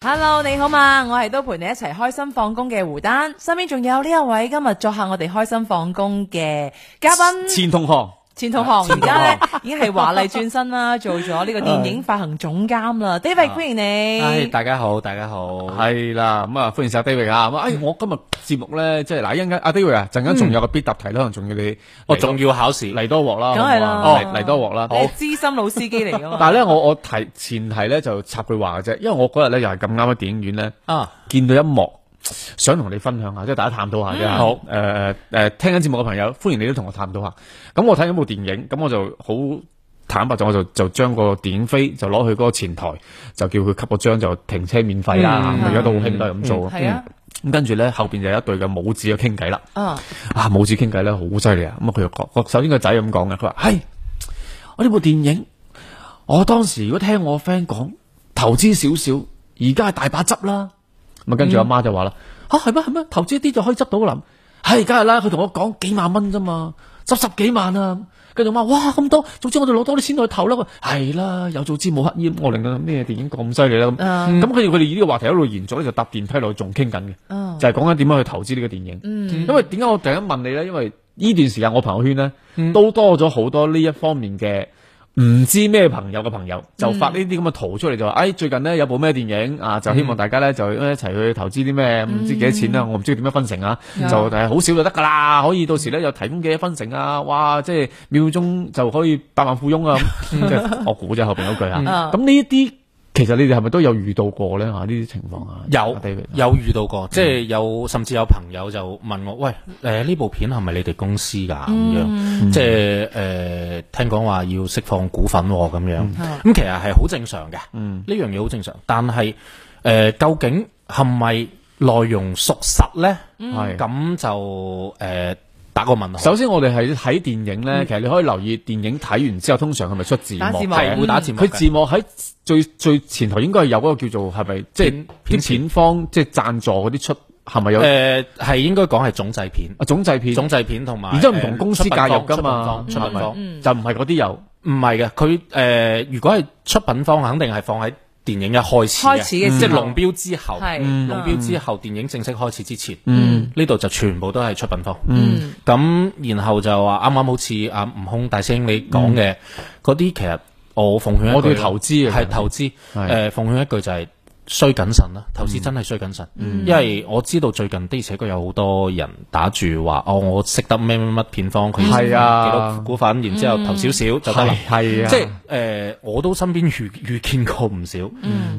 Hello，你好嘛？我係都陪你一齊開心放工嘅胡丹，身邊仲有呢一位今日作客我哋開心放工嘅嘉 賓前同行，錢同學，而錢同學家咧已經係華麗轉身 啦，做咗呢個電影發行總監啦。David，歡迎嗯唉，你。大家好，大家好，系啦，咁啊，歡迎晒 David 啊！咁啊，哎，嗯我今日節目咧，即係嗱，一陣間阿 David 啊，陣間仲有個必答題啦，可能仲要你，我嗯哦仲要考試，嚟多鑊啦，梗係啦好唔哦好啊嚟嚟多鑊啦。你係資深老司機嚟 噶嘛？但係咧，我我提前提咧就插句話嘅啫，因為我嗰日咧又係咁啱喺電影院咧啊，見到一幕，想同你分享下，即係大家探討下啫。好誒誒誒，聽緊節目嘅朋友，歡迎你都同我探討下。咁我睇咗部電影，咁我就好坦白咗，我就就將個電影飛就攞去嗰個前台，就叫佢吸個張就停車免費啦。嗯咁而家都好興都係咁做。係啊，咁跟住咧，後邊就有一對嘅母子嘅傾偈啦。嗯啊，啊，母子傾偈咧好犀利啊！咁啊，佢就講，首先個仔咁講嘅，佢話：，係我呢部電影，我當時如果聽我 friend 講，投資少少，而家係大把執啦。咁啊，跟住阿媽就話啦：，嚇係咩係咩？投資一啲就可以執到啦。係，梗係啦。佢同我講幾萬蚊啫嘛，執十幾萬啊。跟住我媽，哇咁多，總之我哋攞多啲錢去投啦。佢係啦，有早知冇乞衣。我令到咩電影咁犀利啦咁。嗯咁跟住佢哋呢個話題一路延續咧，就搭電梯落去仲傾緊嘅。嗯就係講緊點樣去投資呢個電影。因為點解我突然間問你咧？因為呢段時間我朋友圈咧、都多咗好多呢一方面嘅唔知咩朋友嘅朋友，嗯就發呢啲咁嘅圖出嚟，就話：，哎，最近咧有部咩電影啊？嗯就希望大家咧就一齊去投資啲咩，唔知幾多錢啦，我唔知點樣分成啊，嗯就但係好少就得㗎啦。可以到時咧又提供幾多分成啊？哇！即係秒鐘就可以百萬富翁啊！咁即係我估啫，後邊嗰句嗯啊。咁呢一啲其實你哋係咪都有遇到過咧？嚇呢啲情況啊？有阿 David 有遇到過，即係有甚至有朋友就問我：，喂，誒呢部片係咪你哋公司㗎？咁樣，即係誒聽講話要釋放股份喎，咁樣，咁其實係好正常嘅，呢樣嘢好正常。但係誒，究竟係咪內容屬實咧？係咁就誒打個問號。首先，我哋係睇電影咧，其實你可以留意電影睇完之後，通常係咪出字幕打字幕嘅？係會打字幕嘅佢字幕喺最最前台應該係有嗰個叫做係咪即係片啲片方即係贊助嗰啲出係咪有啊誒係應該講係總製片。總製片？總製片同埋，然之後唔同公司誒介入㗎嘛，嗯出品方出品方就唔係嗰啲有。唔係嘅，佢誒、呃如果係出品方，肯定係放喺電影一開始嗯開始嘅時候即係龍標之後，係龍嗯標之後，電影正式開始之前，嗯呢度就全部都係出品方。嗯咁然後就話啱啱好似阿悟空大師兄你講嘅嗰啲，其實我奉勸一句嗯我哋要投資嘅係投資。係嗯誒、奉勸一句就係、需謹慎啦，投資真係需謹慎，因為我知道最近的而且確有好多人打住話，哦，我識得咩咩乜片方，佢係啊幾多股份，然之後投少少就得啦係。係啊，即係誒、呃我都身邊遇遇見過唔少，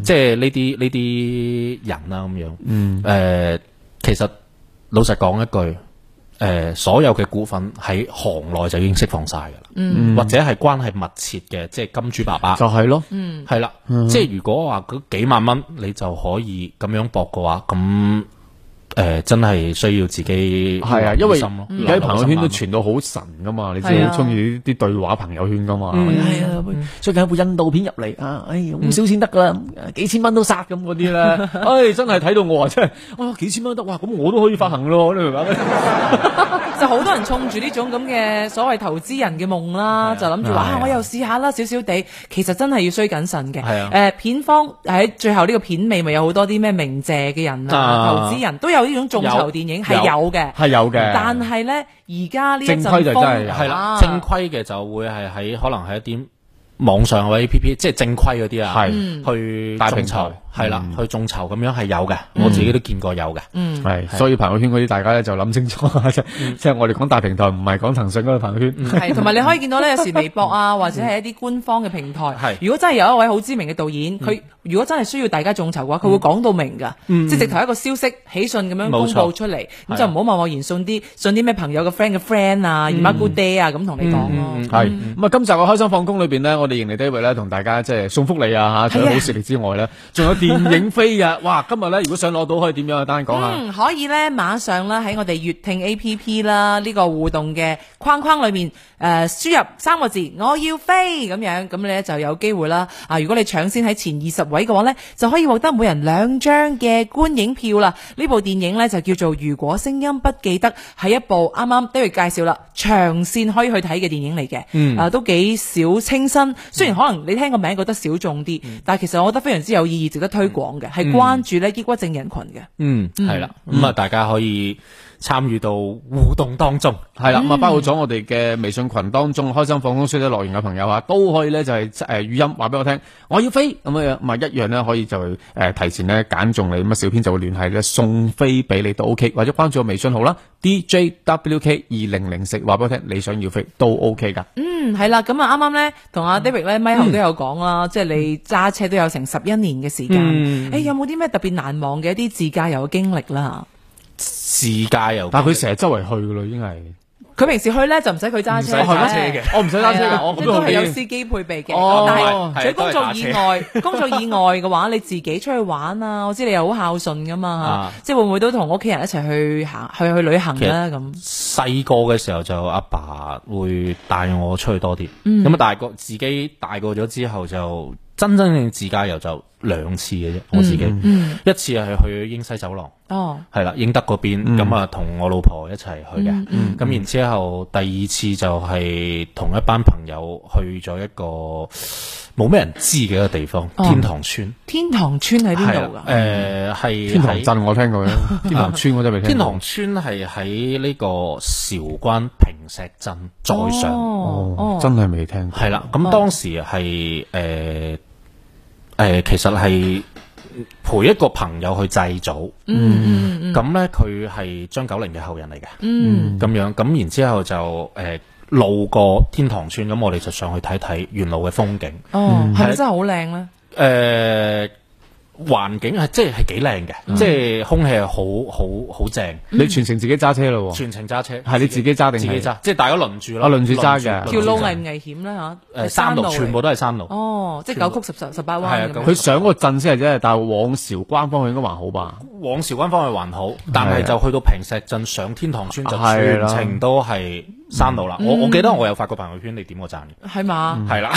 即係呢啲呢啲人啊啦、咁樣。誒、嗯其實老實講一句，誒、所有嘅股份喺行內就已經釋放晒㗎啦，或者係關係密切嘅，即係金主爸爸就係咯。係啦。嗯即係如果話嗰幾萬蚊你就可以咁樣搏嘅話，咁誒、呃真係需要自己係啊，因為留心咯而家啲朋友圈都留心傳到好神噶嘛，你知係啊嗯好中意啲對話朋友圈噶嘛。係啊，最近有部印度片入嚟啊，唉，咁少錢得噶啦，幾千蚊都殺咁 嗰啲咧。唉，真係睇到我啊，真係，哇，幾千蚊都得，哇，咁我都可以發行咯，你明 啊唔明？就好多人衝住呢種咁嘅所謂投資人嘅夢啦，就諗住話係啊啊，我又試下啦，少少地，其實真係要需謹慎嘅。係啊誒片方喺最後呢個片尾咪有好多啲咩鳴謝嘅人啊，啊投資人都有呢種眾籌有電影係有有嘅，係有嘅，但係咧而家呢一陣正規就真係風有係啦啊，正規嘅就會係喺可能係一啲網上或者 A P P，即係正規嗰啲啊，係去大眾平籌台係啦，去眾籌咁樣係有嘅，我自己都見過有嘅，係，所以朋友圈嗰啲大家咧就諗清楚啊，即即係我哋講大平台，唔係講騰訊嗰個朋友嗯圈。係，同埋你可以見到咧，有時微博啊，或者係一啲官方嘅平台。係嗯如果真係有一位好知名嘅導演，佢如果真係需要大家眾籌嘅話，佢會講到明㗎，即係直頭一個消息喜訊咁樣公嗯冇錯佈出嚟，咁就唔好貿貿然信啲信啲咩朋友嘅 friend 嘅 friend 啊，姨媽姑爹啊咁同你講嗯咯。係咁啊！今集嘅開心放工裏邊呢，我哋迎嚟 David 咧，同大家即係送福利啊吓，除咗好視力之外咧，仲有電影飛嘅。哇！今日咧，如果想攞到，可以點樣啊？單講下。嗯，可以咧，馬上啦喺我哋粵聽 A P P 啦呢個互動嘅框框裏面，誒、呃輸入三個字我要飛咁樣，咁你咧就有機會啦。啊，如果你搶先喺前二十位嘅話呢，就可以獲得每人兩張嘅觀影票啦。呢部電影呢，就叫做《如果聲音不記得》，係一部啱啱 David 介紹啦，長線可以去睇嘅電影嚟嘅。嗯，啊都嗯幾少清新，雖然可能你聽個名覺得小眾啲，但係其實我覺得非常之有意義，值得推廣嘅，嗯係關注咧抑鬱症人群嘅。嗯，系啦，咁啊，大家可以參與到互動當中。系啦，咁啊包括咗我哋嘅微信群當中，開心放工書者樂園嘅朋友啊，都可以咧就係诶语音話俾我聽，我要飛咁樣，咁啊一樣咧可以就诶、呃提前咧揀中你，咁啊小編就會聯繫咧送飛俾你都 OK，或者關注我微信號啦，DJWK 二零零四，話俾我聽你想要飛都 OK 噶，嗯，係啦，咁啊，啱啱咧同阿 David 咧，咪後都有講啦，即係你揸車都有成十一年嘅時間。嗯誒，有冇啲咩特別難忘嘅一啲自駕遊嘅經歷啦？自駕遊，但係佢成日周圍去噶啦，已經係佢平時去咧就唔使佢揸車唔使揸車嘅嘅。哦我唔使揸車係啊㗎，我即咁係都都係有系司機配備嘅，哦但係係除咗工都作係以外，工作以外嘅話，你自己出去玩啊，我知你又好孝順噶嘛啊，即係會唔會都同屋企人一齊去行去去旅行啦咁？細個嘅時候就阿爸會帶我出去多啲，咁啊大個自己大個咗之後就真真正正自駕遊就兩次嘅啫，我自己嗯一次係去英西走廊。哦，係啦，英德嗰邊嗯咁啊，同我老婆一齊去嘅。咁然之後，第二次就係同一班朋友去咗一個冇咩人知嘅一個地方，天堂村。天堂村哦喺邊度㗎？啊嗯誒係天堂喺鎮我聽過嘅， 天堂村我真係未聽天過堂村係喺呢個韶關平石鎮再上，哦哦，，真係未聽過，係啦。咁當時係誒誒，其實係陪一個朋友去祭祖。嗯，咁咧佢係張九齡嘅後人嚟嘅。嗯，咁樣，咁然之後就誒路過天堂村，咁我哋就上去睇睇沿路嘅風景。哦，係咪係真係好靚咧？誒、環境係即係係幾靚嘅，即係空氣係好好好正，你嗯全程自己揸車嘞喎，全程揸車係你自己揸定自己係揸，即係大家輪住啦，啊輪住揸嘅輪條路危揸唔危險咧嚇？誒山路嚟全部都係山路，哦，即係九曲十十十八彎係啊咁咁樣。佢上嗰個鎮先係啫，但係往韶關方向應該還好吧？往韶關方向還好，但係就去到平石鎮上天堂村就係全啦嗯程都係山路啦。我我記得我有發過朋友圈，你點我讚嘅，係嘛？係啦。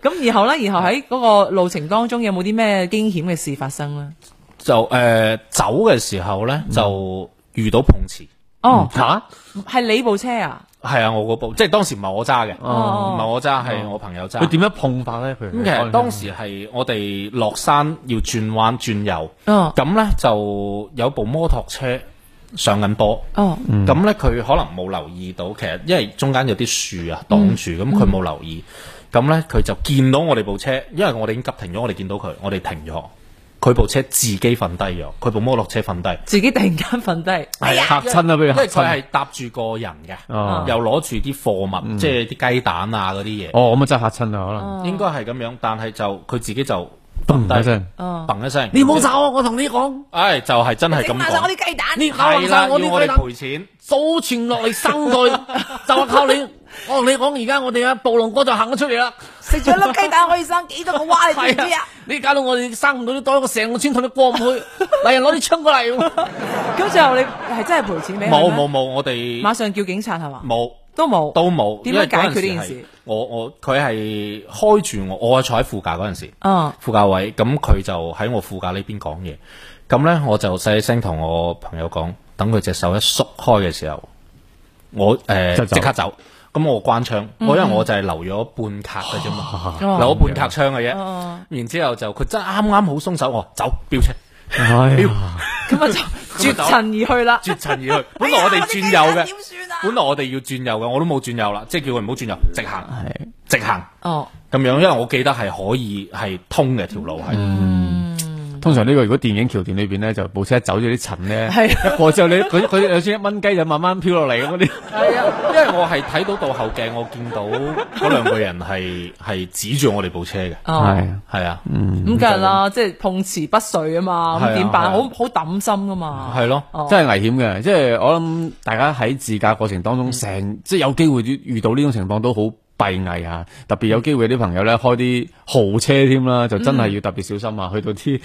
咁然後咧，然後喺嗰個路程當中有冇啲咩驚險嘅事發生咧？就诶、呃走嘅時候咧，嗯就遇到碰瓷。哦，吓？嗯係你部車啊？係啊，我嗰部即係當時唔係我揸嘅，唔哦係我揸，係我朋友揸。佢咁點樣哦碰法咧？佢其實當時係我哋落山要轉彎轉右，哦咁咧就有部摩托車上緊波。哦，嗯咁咧佢可能冇留意到，其實因為中間有啲樹啊擋住，嗯咁佢冇留意，咁咧佢就見到我哋部車，因為我哋已經急停咗，我哋見到佢，我哋停咗，佢部車自己瞓低咗，佢部摩托車瞓低，自己突然間瞓低。係啊嚇親啦，俾因佢嚇為佢親。係搭住個人嘅，哦嗯又攞住啲貨物，即係啲雞蛋啊嗰啲嘢，哦，咁啊真係嚇親啦，可能。應該係咁樣。但係就佢自己就嘣一聲，哦砰一聲，走，我同你講，唉，就係真係咁講，啲雞蛋你啊係啦，要我哋賠錢，祖傳落嚟生佢，就係靠你。我同你講，而家我哋啊暴龍哥就行咗出嚟啦。食咗粒雞蛋可以生幾多個蛙？你知唔 知啊？你搞到我哋生唔到啲多，成個村同你過唔 去， 嚟人攞啲槍過嚟。咁最後你係真係賠錢俾佢冇咩冇冇，我哋馬上叫警察係嘛？冇。都冇，都冇，點因為樣解嗰陣決時呢件係事？我我佢係開住我，我係坐喺副駕嗰陣時，嗯副駕位，咁佢就喺我副駕呢邊講嘢，咁呢，我就細聲同我朋友講，等佢隻手一縮開嘅時候，我就誒走即刻走，咁我關槍，我因為我就係留咗半格嘅啫嘛，嗯哦留咗半格槍嘅哦啫，然之後就佢真係啱啱好鬆手，我話走 飆車。係咁啊就絕絕塵而去啦。絕塵而去。本來我哋轉右哎呀我哋雞蛋嘅點算啊，本來我哋要轉右嘅，我都冇轉右啦，即係叫佢唔好轉右，直哎行，直行哦，咁樣，因為我記得係可以係通嘅條路嗯係。通常呢個如果電影橋段裏邊咧，就部車一走咗啲塵咧，係一過之後你佢佢有先一蚊雞就慢慢飄落嚟咁嗰啲。係啊，因為我係睇到倒後鏡，我見到 嗰兩個人係係指住我哋部車嘅，哦。係啊，咁梗係啦，即係碰瓷不遂啊嘛，係咁啊點辦？係好啊好抌心噶嘛。係咯，哦真係危險嘅，即係我諗大家喺自駕過程當嗯中，成、即係有機會遇到呢種情況都好閉翳啊！特別有機會有啲朋友咧開啲豪車添嗯啦，就真係要特別小心啊！ 去到啲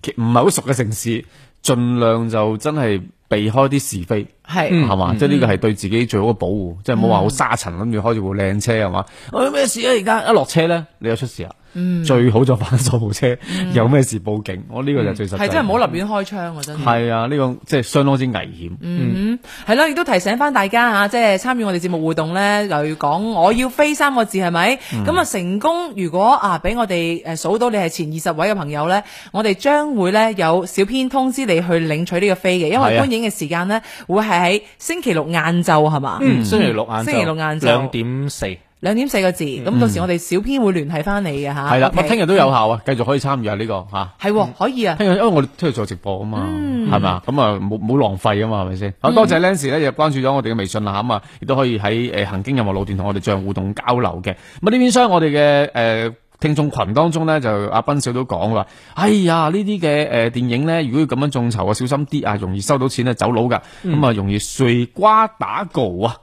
其唔係好熟嘅城市，盡量就真係避開啲是非。係嗯係嘛？即係呢個係對自己最好嘅保哎啊護，即係冇話好沙塵諗住開住部靚車係嘛？我有咩事啊？而家一落車咧，你又出事啦。嗯最好就反鎖部車，有咩事報警。我呢個就最實際。嗯係真係唔好立亂開槍啊！真係。係啊，呢個即係相當之危險。嗯，系咯，亦都提醒翻大家啊吓，即係參與我哋節目互動咧，就要講我要飛三個字係咪？嗯咁啊、成功，如果啊俾我哋诶数到你係前二十位嘅朋友咧，我哋將會咧有小編通知你去領取呢個飛嘅，因為係啊觀影嘅時間咧會係喺星期六晏晝係嘛？嗯，星期六晏晝星期六晏晝兩點四，兩點四個字，咁到時我哋小編會聯繫翻你嘅吓。係啦， OK 我聽日都有效啊，繼續可以參與啊呢個吓。係喎，可以啊。聽日，因為我哋聽日做直播啊嘛，嗯係嘛，咁啊冇冇浪費啊嘛，係咪先？好多謝 Lens 咧，又關注咗我哋嘅微信啦，咁啊，亦都可以喺誒行經任何路段同我哋進行互動交流嘅。咁啊，呢邊廂我哋嘅誒。聽眾群當中咧，就阿斌少都講話，哎呀呢啲嘅誒電影咧，如果要咁樣眾籌啊，小心啲啊，容易收到錢啊走佬噶，咁啊容易碎瓜打告啊，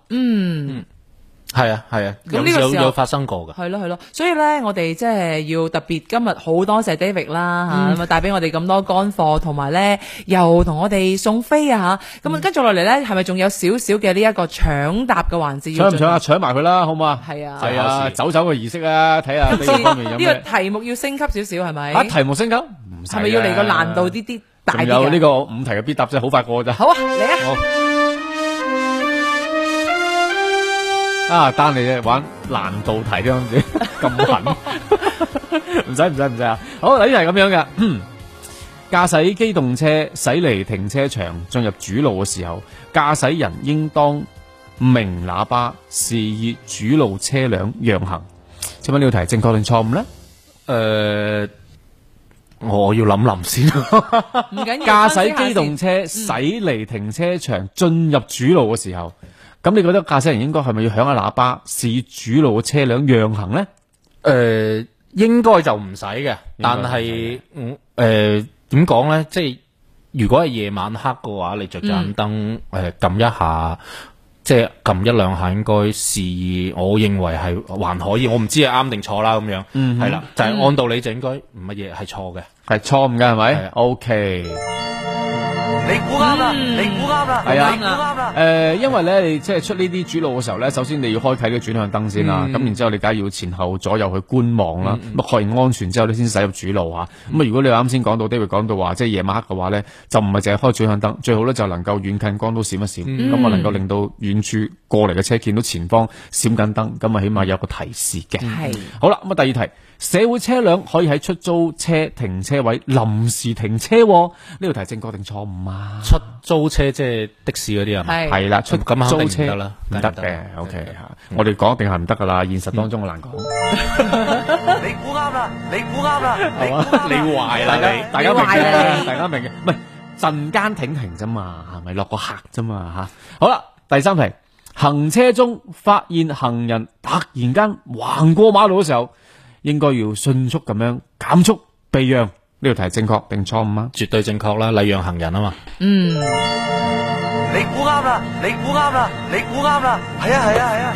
係啊係啊，咁有呢個有時候有發生過㗎。係咯係咯，所以咧我哋即係要特別今日好多謝 David 啦嗯吓，咁啊帶俾我哋咁多乾貨，同埋咧又同我哋送飛啊吓，嗯咁啊跟住落嚟咧係咪仲有少少嘅呢一個搶答嘅環節搶要唔進搶行？啊？搶埋佢啦，好唔好啊？係啊係考啊，試走走個儀式啊，睇下呢方面有呢個咩題目要升級少少係咪？啊題目升級，唔使係咪要嚟個啦難度啲啲大仲啲有呢嘅？個五題嘅必答真係好快過㗎咋。好啊，嚟啊！啊，丹你啫，玩難度題啲咁子 咁狠，唔 使唔使唔使啊！好，嗱呢題係咁樣嘅。 駕駛機動車駛離停車場進入主路嘅時候，駕駛人應當鳴喇叭，示意主路車輛讓行。請問呢個題正確定錯誤呢？诶、我要諗諗先。唔緊要，分析下 駕駛機動先車駛離停車場進入主路嘅時候，咁你覺得駕駛人應該係咪要響下喇叭，示意主路嘅車輛讓行呢？诶、应该呃就唔使嘅，但係嗯诶点讲咧？即係如果係夜晚黑嘅話，你着盞燈诶揿一下。即係撳一兩下應該示意，我認為係還可以，我唔知係啱定錯啦咁樣，係啦、就係按道理就應該唔乜嘢係錯嘅，系錯誤嘅係係咪啊？OK，你估啱啦，你估啱啦，係啊你估啱啦。诶，呃因為咧，你即係出呢啲主路嘅時候咧，首先你要開啟呢個轉向燈先啦，咁然之後你梗係要前後左右去觀望啦，咁啊確認安全之後你先駛入主路啊。咁啊，如果你啱先講到 David 講到話，即係夜晚黑嘅話咧，就唔係淨係開轉向燈，最好咧就能夠遠近光都閃一閃，咁啊能夠令到遠處過嚟嘅車見到前方閃緊燈，咁啊起碼有個提示嘅。係好啦，咁啊第二題，社會車輛可以喺出租車停車位臨時停車喎，呢條題正確定錯誤啊？出租車即係的士嗰啲係啊咪？係系啦，出咁肯租定車唔得啦唔得嗯梗係嘅唔得，OK 吓，我哋講一定係唔得噶啦，現實當中我難講。 你估啱啦，你估 啱啦，你估啱啦你壞啦你大家明壞啦嘅，你大家明嘅，唔係陣間停停啫嘛，係咪落個客啫嘛吓？好啦，第三題，行車中發現行人突然間橫過馬路嘅時候，應該要迅速咁樣減速避讓。呢條題正確定錯誤啊？絕對正確啦，禮讓行人啊嘛。嗯。你估啱啦，你估啱啦，你估啱啦，係啊係啊係啊。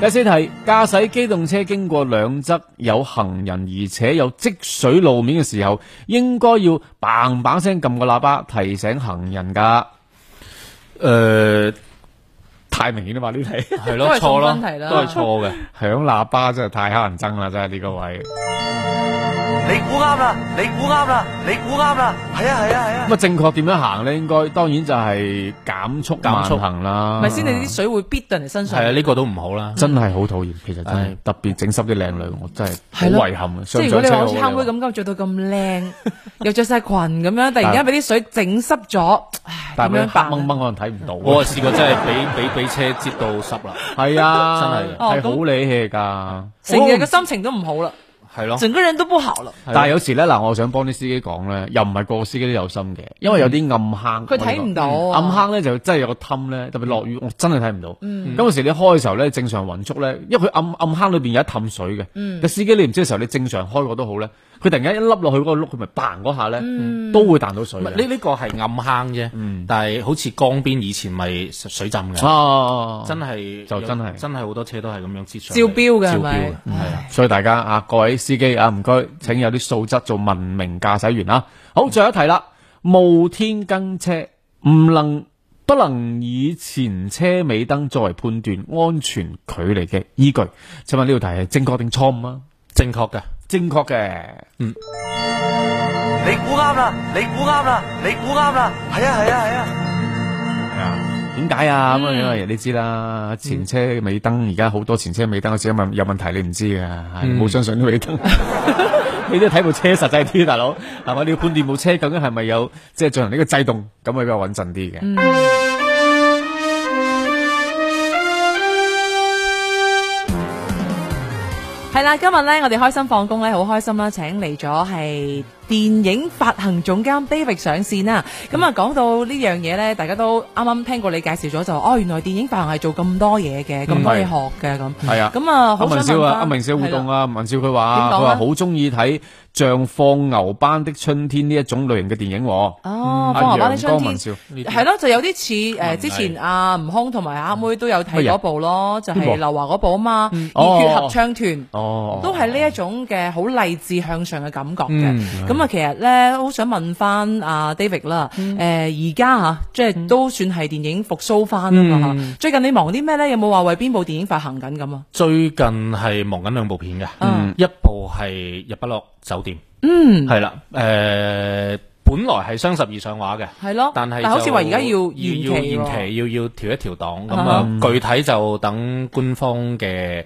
第四題，駕駛機動車經過兩側有行人而且有積水路面嘅時候，應該要砰砰聲撳個喇叭提醒行人㗎。诶、太明顯啦嘛 呢題，呃係都咯，係錯咯，送分題啦都係錯嘅。響喇叭真係太乞人憎啦，真係呢個位。你估啱啦，你估啱啦，你估啱啦，係啊係啊係啊咁。啊，正確點樣行呢？應該當然就係減速慢減速行啦。咪先，你啲水會逼到人哋身係啊，上。呢個都唔好啦。真係好討厭，其實真係唉特別整濕啲靚女，我真係好係咯遺憾啊！即係上如果上你車話好似好坑妹咁，今日着到咁靚，又着晒裙咁樣，突然間俾啲水整濕咗，唉但咁係佢樣黑扮掹掹可能睇唔到。我啊試過真係俾俾俾車接到濕啦，係啊，真係嘅哦係咁好理氣㗎。成日嘅心情都唔好啦，係哦咯。整個人都不好啦。但係有時咧，嗱，我想幫啲司機講咧，又唔係個個司機都有心嘅，因為有啲暗坑，佢睇唔到啊嗯我哋講嗯暗坑咧就真係有個氹咧，特別落雨，我真係睇唔到。咁有時你開嘅時候咧，正常雲速咧，因為佢暗暗坑裏邊有一氹水嘅，嗯個司機你唔知嘅時候，你正常開過都好咧，佢突然間一粒落去嗰個碌，佢咪嘭嗰下咧，嗯都會彈到水唔係嘅。呢呢個係暗坑啫，但係好似江邊以前咪嗯水浸嘅，啊，真係就有真係真係好多車都係咁樣接上嚟招標嘅係招標咪嘅，係啊。所以大家嗯啊，各位司機啊，唔該，請有啲素質做文明駕駛員啦。好，最後一題啦，無天更車唔能不能以前車尾燈作為判斷安全距離嘅依據？請問呢條題係正確定錯誤啊？正確嘅，正確嘅。你估啱啦！你估啱啦！你估啱啦！係啊係啊係啊！點解啊？咁樣因你知啦，前車尾燈而家好多前車尾燈有時有問有問題，你唔知嘅，係唔好相信啲尾燈。 你都要睇部車實際啲，大佬係咪？你要判斷部車究竟係咪有即係進行呢個制動，咁咪比較穩陣啲嘅。系啦，今日咧我哋開心放工咧，好開心啦！請嚟咗係電影發行總監 David 上線啦。咁啊，講到呢樣嘢咧，大家都啱啱聽過你介紹咗，就哦，原來電影發行係做咁多嘢嘅，咁多嘢學嘅咁。嗯係啊，咁啊，阿好想文少問啊，返阿明少互動啊，文少佢話點講佢啊話好中意睇《像放牛班的春天》呢一種類型嘅電影喎。哦，嗯阿放牛班的陽光春文天少，呢啲係咯，就有啲似诶文藝之前阿悟空同埋阿妹都有睇乜嘢嗰部咯，就邊部係劉華嗰部啊嘛，熱哦血合唱團。哦，都係呢一種嘅好勵志向上嘅感覺嘅嗯。咁啊，其實咧好想問翻阿 David 啦，誒而家嚇即係都算係電影復甦翻啊嘛嗯嚇。最近你忙啲咩咧？有冇話為邊部電影發行緊咁啊？最近係忙緊兩部片嘅，嗯一部係《日不落酒店》，嗯，係啦，诶、本來係雙十二上畫嘅。哦係咯，但係好似就話而家要延期要延喎。期，要要調一調檔咁啊啊！具體就等官方嘅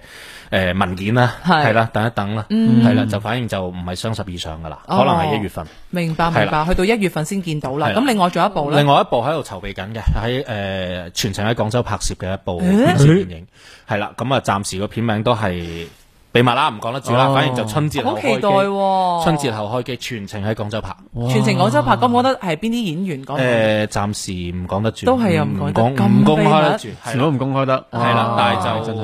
誒文件啦，係嗯係啦，等一等啦，係啦，就反應就唔係雙十以上噶啦，可能哦係一月份。明白係明白，啦去到一月份先見到啦。係啦咁另外仲有一部咧另，外一部喺度籌備緊嘅，喺誒、呃全程喺廣州拍攝嘅一部電視電影，係啦，咁啊暫時個片名都係秘密啦，唔講得住啦，哦反正就春節後好期開待機，喎。春節後開機，全程喺廣州拍，全程廣州拍，覺唔覺得係邊啲演員講？誒暫時唔講得住，嗯都係又唔講得咁唔公開秘密得住，係全啦部唔公開得，哦系啦，但啊係就真係，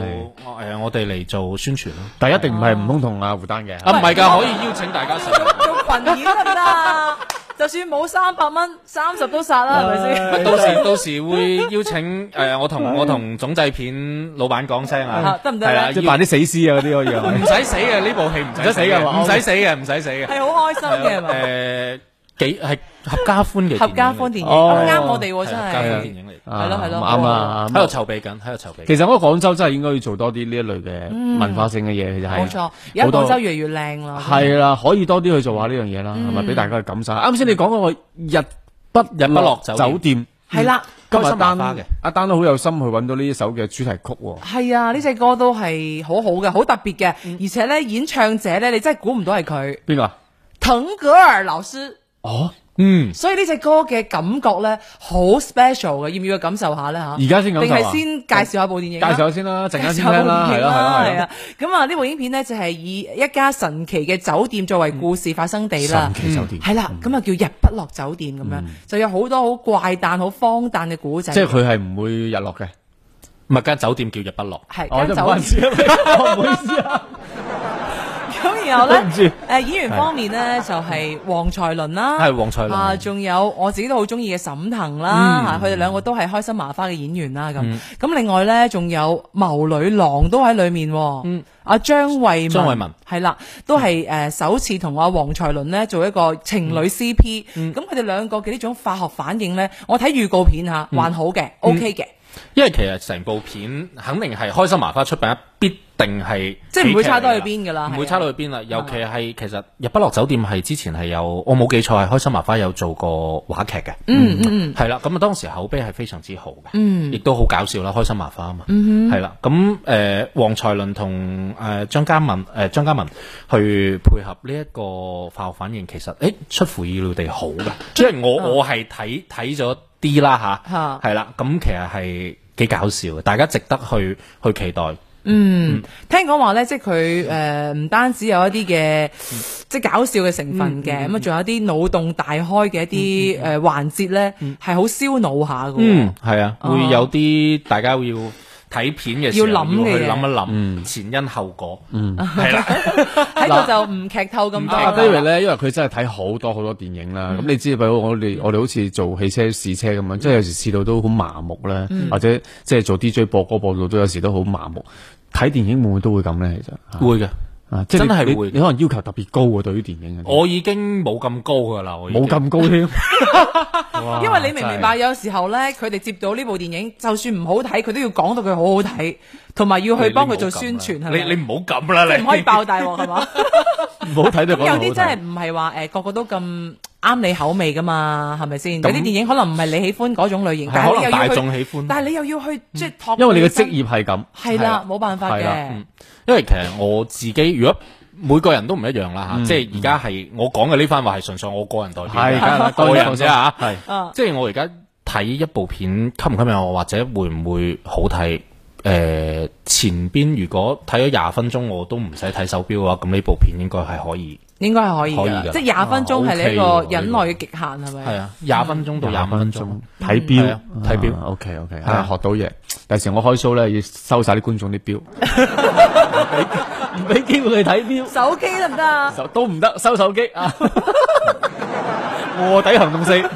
诶，我哋嚟做宣傳咯。但一定唔係吳空同阿胡丹嘅。啊，唔係㗎，可以邀請大家食。做群演得唔得啊？就算冇三百蚊，三十都殺啦，係咪先？ 到時到時會邀請诶，我同我同總製片老闆講聲啊啊，得唔得係啦咧即係要扮啲死屍啊嗰啲可以係 咪唔使死嘅呢部戲，唔唔使死嘅唔使死嘅，唔使死嘅。 係好開心嘅係嘛？诶，幾係合家歡嘅合家歡電影哦啱我哋喎，係啊真合家歡係電影嚟。係咯係咯啱啊！喺度籌備緊，喺度籌備緊。其實我覺得廣州真係應該要做多啲呢一類嘅文化性嘅嘢，其實係啊冇錯。而家好多廣州越嚟越靚啦，係啦，可以多啲去做下呢樣嘢啦，係咪俾大家去感受下？啱先你講嗰個日不日不落酒店酒店，係啦，啊今開日心麻丹花嘅阿丹都好有心去揾到呢一首嘅主題曲喎。係啊，呢只歌都係好好嘅，好特別嘅，而且咧演唱者咧，你真係估唔到係佢邊個啊？騰格爾老師，哦，嗯，所以呢只歌嘅感覺咧好 special 嘅，要唔要感受下咧嚇？而家先感受定啊係先介紹下部電影介啊？紹下先啦，陣間先聽有部啦，影係啦，係係啦，啊。咁啊，呢部影片咧就係以一家神奇嘅酒店作為故事發生地係啦啦。。神奇酒店，係啦，咁啊叫日不落酒店咁樣，就有好多好怪誕、好荒誕嘅古仔。嗯即係佢係唔會日落嘅。咪間酒店叫日不落。係哦，間 真係唔酒關店。事啊，我唔好意思啊。咁然後 對唔咧住，誒演員方面咧就係黃才倫啦，係黃才倫啊，仲有我自己都好中意嘅沈騰嗯啦，嚇佢哋兩個都係開心麻花嘅演員啦，咁咁另外咧仲有謀女郎都喺裏面喎，阿張慧嗯張慧文嗯係啦，都係誒首次同阿黃才倫咧做一個情侶 CP，咁嗯佢哋兩個嘅呢種化學反應咧，我睇預告片嚇嗯還好嘅，OK 嘅。因為其實成部片肯定係開心麻花出品，必定係即係唔會差多去喜劇嚟邊㗎啦唔係啊會差到去邊啦。尤其係其實《日不落酒店》係之前係有，我冇記錯係開心麻花有做過話劇嘅，嗯嗯，係啦。咁啊當時口碑係非常之好嘅，嗯，亦都好搞笑啦，開心麻花啊嘛，嗯係啦。咁誒，黃才倫同誒張嘉敏誒張嘉敏去配合呢一個化學反應，其實誒出乎意料地好嘅，即係我我係睇睇咗啲啦吓。嚇係啦，咁其實係幾搞笑嘅，大家值得去去期待。聽講話咧，即係佢誒唔單止有一啲嘅嗯即係搞笑嘅成分嘅，咁啊仲有啲腦洞大開嘅一嗯啲誒環節咧，係好燒腦下嘅喎。，係啊，哦會有啲大家要睇片嘅時候要諗嘅嘢要去諗一諗前因後果。嗯，係啦，喺度就唔劇透咁多阿啦。 David 啊咧，因為佢真係睇好多好多電影嗯啦。咁你知，譬如我哋我哋好似做汽車試車咁樣，即係有時試到都好麻木咧，嗯或者即係做 DJ 播歌播到都有時都好麻木。睇電影會唔會都會咁咧？其實會嘅，啊，即係你真係你會你可能要求特別高喎，對於電影嘅我已經冇咁高噶啦，我已經冇咁高添， 哇因為你明唔明白？真係有時候咧，佢哋接到呢部電影，就算唔好睇，佢都要講到佢好好睇，同埋要去幫佢做宣傳，係啊你咪？你唔好咁啦，即係你唔可以爆大鑊係 嘛？唔好睇到咁講得好有睇啲真係唔係話誒個個都咁啱你口味噶嘛，係咪先？有咁啲電影可能唔係你喜歡嗰種類型，係但係你又要可能大去眾喜歡但係你又要去即係托，因為你嘅職業係啊咁，係啦，冇辦法係啦嘅嗯。因為其實我自己如果每個人都唔一樣啦吓，即係而家係我講嘅呢番話係純粹我個人代表係梗係啦嘅，個人啫吓。係啊，即係我而家睇一部片吸唔吸引我，或者會唔會好睇？诶、前邊如果睇咗廿分鐘我都唔使睇手錶嘅話，咁呢部片應該係可以。應該係可以可以㗎，㗎即係廿分鐘係你一個啊，OK 喎忍耐嘅極限係咪？係啊，廿分鐘到廿廿五分分鐘鐘。睇係表啊睇表 O K O K，係啊學到嘢。第時我開 show 咧要收晒啲觀眾啲 表，唔俾機會佢睇表手機得唔得啊？就都唔得，收手機啊！卧底行動四，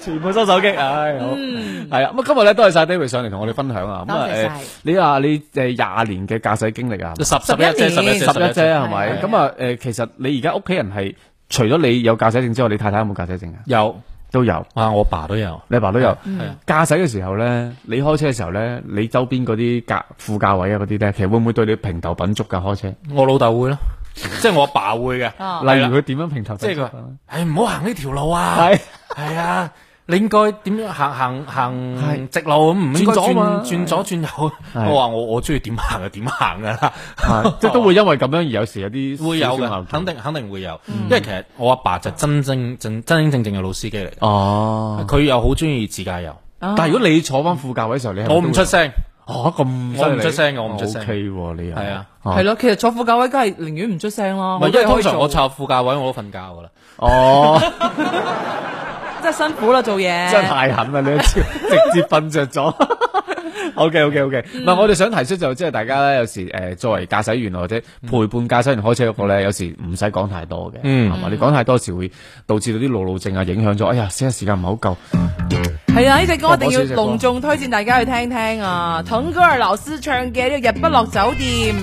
全部收手機，唉，好係啊。咁啊今日咧多謝晒 David 上嚟同我哋分享啊。嗯咁啊多謝誒晒，你話你誒廿年嘅駕駛經歷啊，十十11年一隻，十一隻，十十一啫係係咪？啊咁啊誒，其實你而家屋企人係除咗你有駕駛證之外，你太太有冇駕駛證啊？有都有。啊，我爸都有。你阿爸都有嗯係啊駕駛嘅時候咧，你開車嘅時候咧，你周邊嗰啲駕副駕位啊嗰啲咧，其實會唔會對你平頭品足㗎？開車？ 我老豆會咯，即係我阿爸會嘅。啊例如佢點樣平頭即品係足佢啊？話：，唉，唔好行呢條路啊！係係啊，你應該點樣行行係行直路咁，唔應該轉左嘛轉轉左轉右。係我話我我中意點行就點行㗎啦，係啊即係都會因為咁樣而有時有啲會有少少矛盾嘅，肯定肯定會有。因為其實我阿爸就真正正真真正正嘅老司機嚟嘅，哦。佢又好中意自駕遊。啊但係如果你坐翻副駕位嘅時候，你係咪我都唔會出聲，哦咁犀利，我唔出聲嘅我唔出聲 O K 喎，你又係啊，係咯，其實坐副駕位梗係寧願唔出聲咯。唔係因為為通常我坐副駕位我都瞓覺㗎啦。哦，真係辛苦啦，做嘢真係太狠啦！呢一招直接瞓着咗。O K O K O K，唔係我哋想提出就即係大家咧，有時誒作為駕駛員或者陪伴駕駛員開車嗰個咧，有時唔使講太多嘅，嗯係嘛？你講太多時會導致到啲路路症啊，影響咗。哎呀，寫時間唔係好夠。係啊！呢只歌一定我要我試隻歌隆重推薦大家去聽聽嗯啊！腾格爾老師唱嘅呢個《日不落酒店》。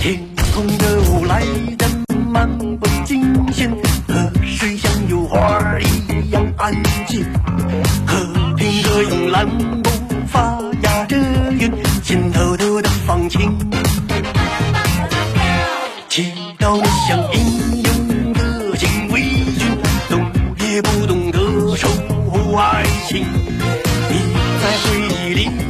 天空的雾来得漫不经心，河水像油画儿一样安静，和平的慵懒不发芽的云，心偷偷的放晴。祈祷你像英勇的警卫军，懂也不懂得守护爱情。你在回忆里